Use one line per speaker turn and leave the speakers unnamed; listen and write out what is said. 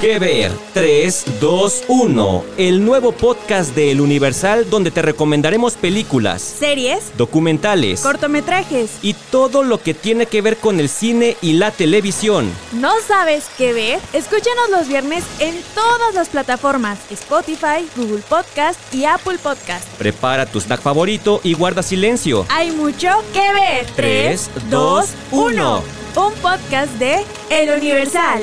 ¿Qué ver? 3, 2, 1. El nuevo podcast de El Universal donde te recomendaremos películas,
Series,
documentales
cortometrajes.
y todo lo que tiene que ver con el cine y la televisión.
¿No sabes qué ver? Escúchanos los viernes en todas las plataformas: Spotify, Google Podcast y Apple Podcast.
Prepara tu snack favorito y guarda silencio.
Hay mucho que ver.
Tres, dos,
Tres, dos,
uno.
uno. Un podcast de El Universal.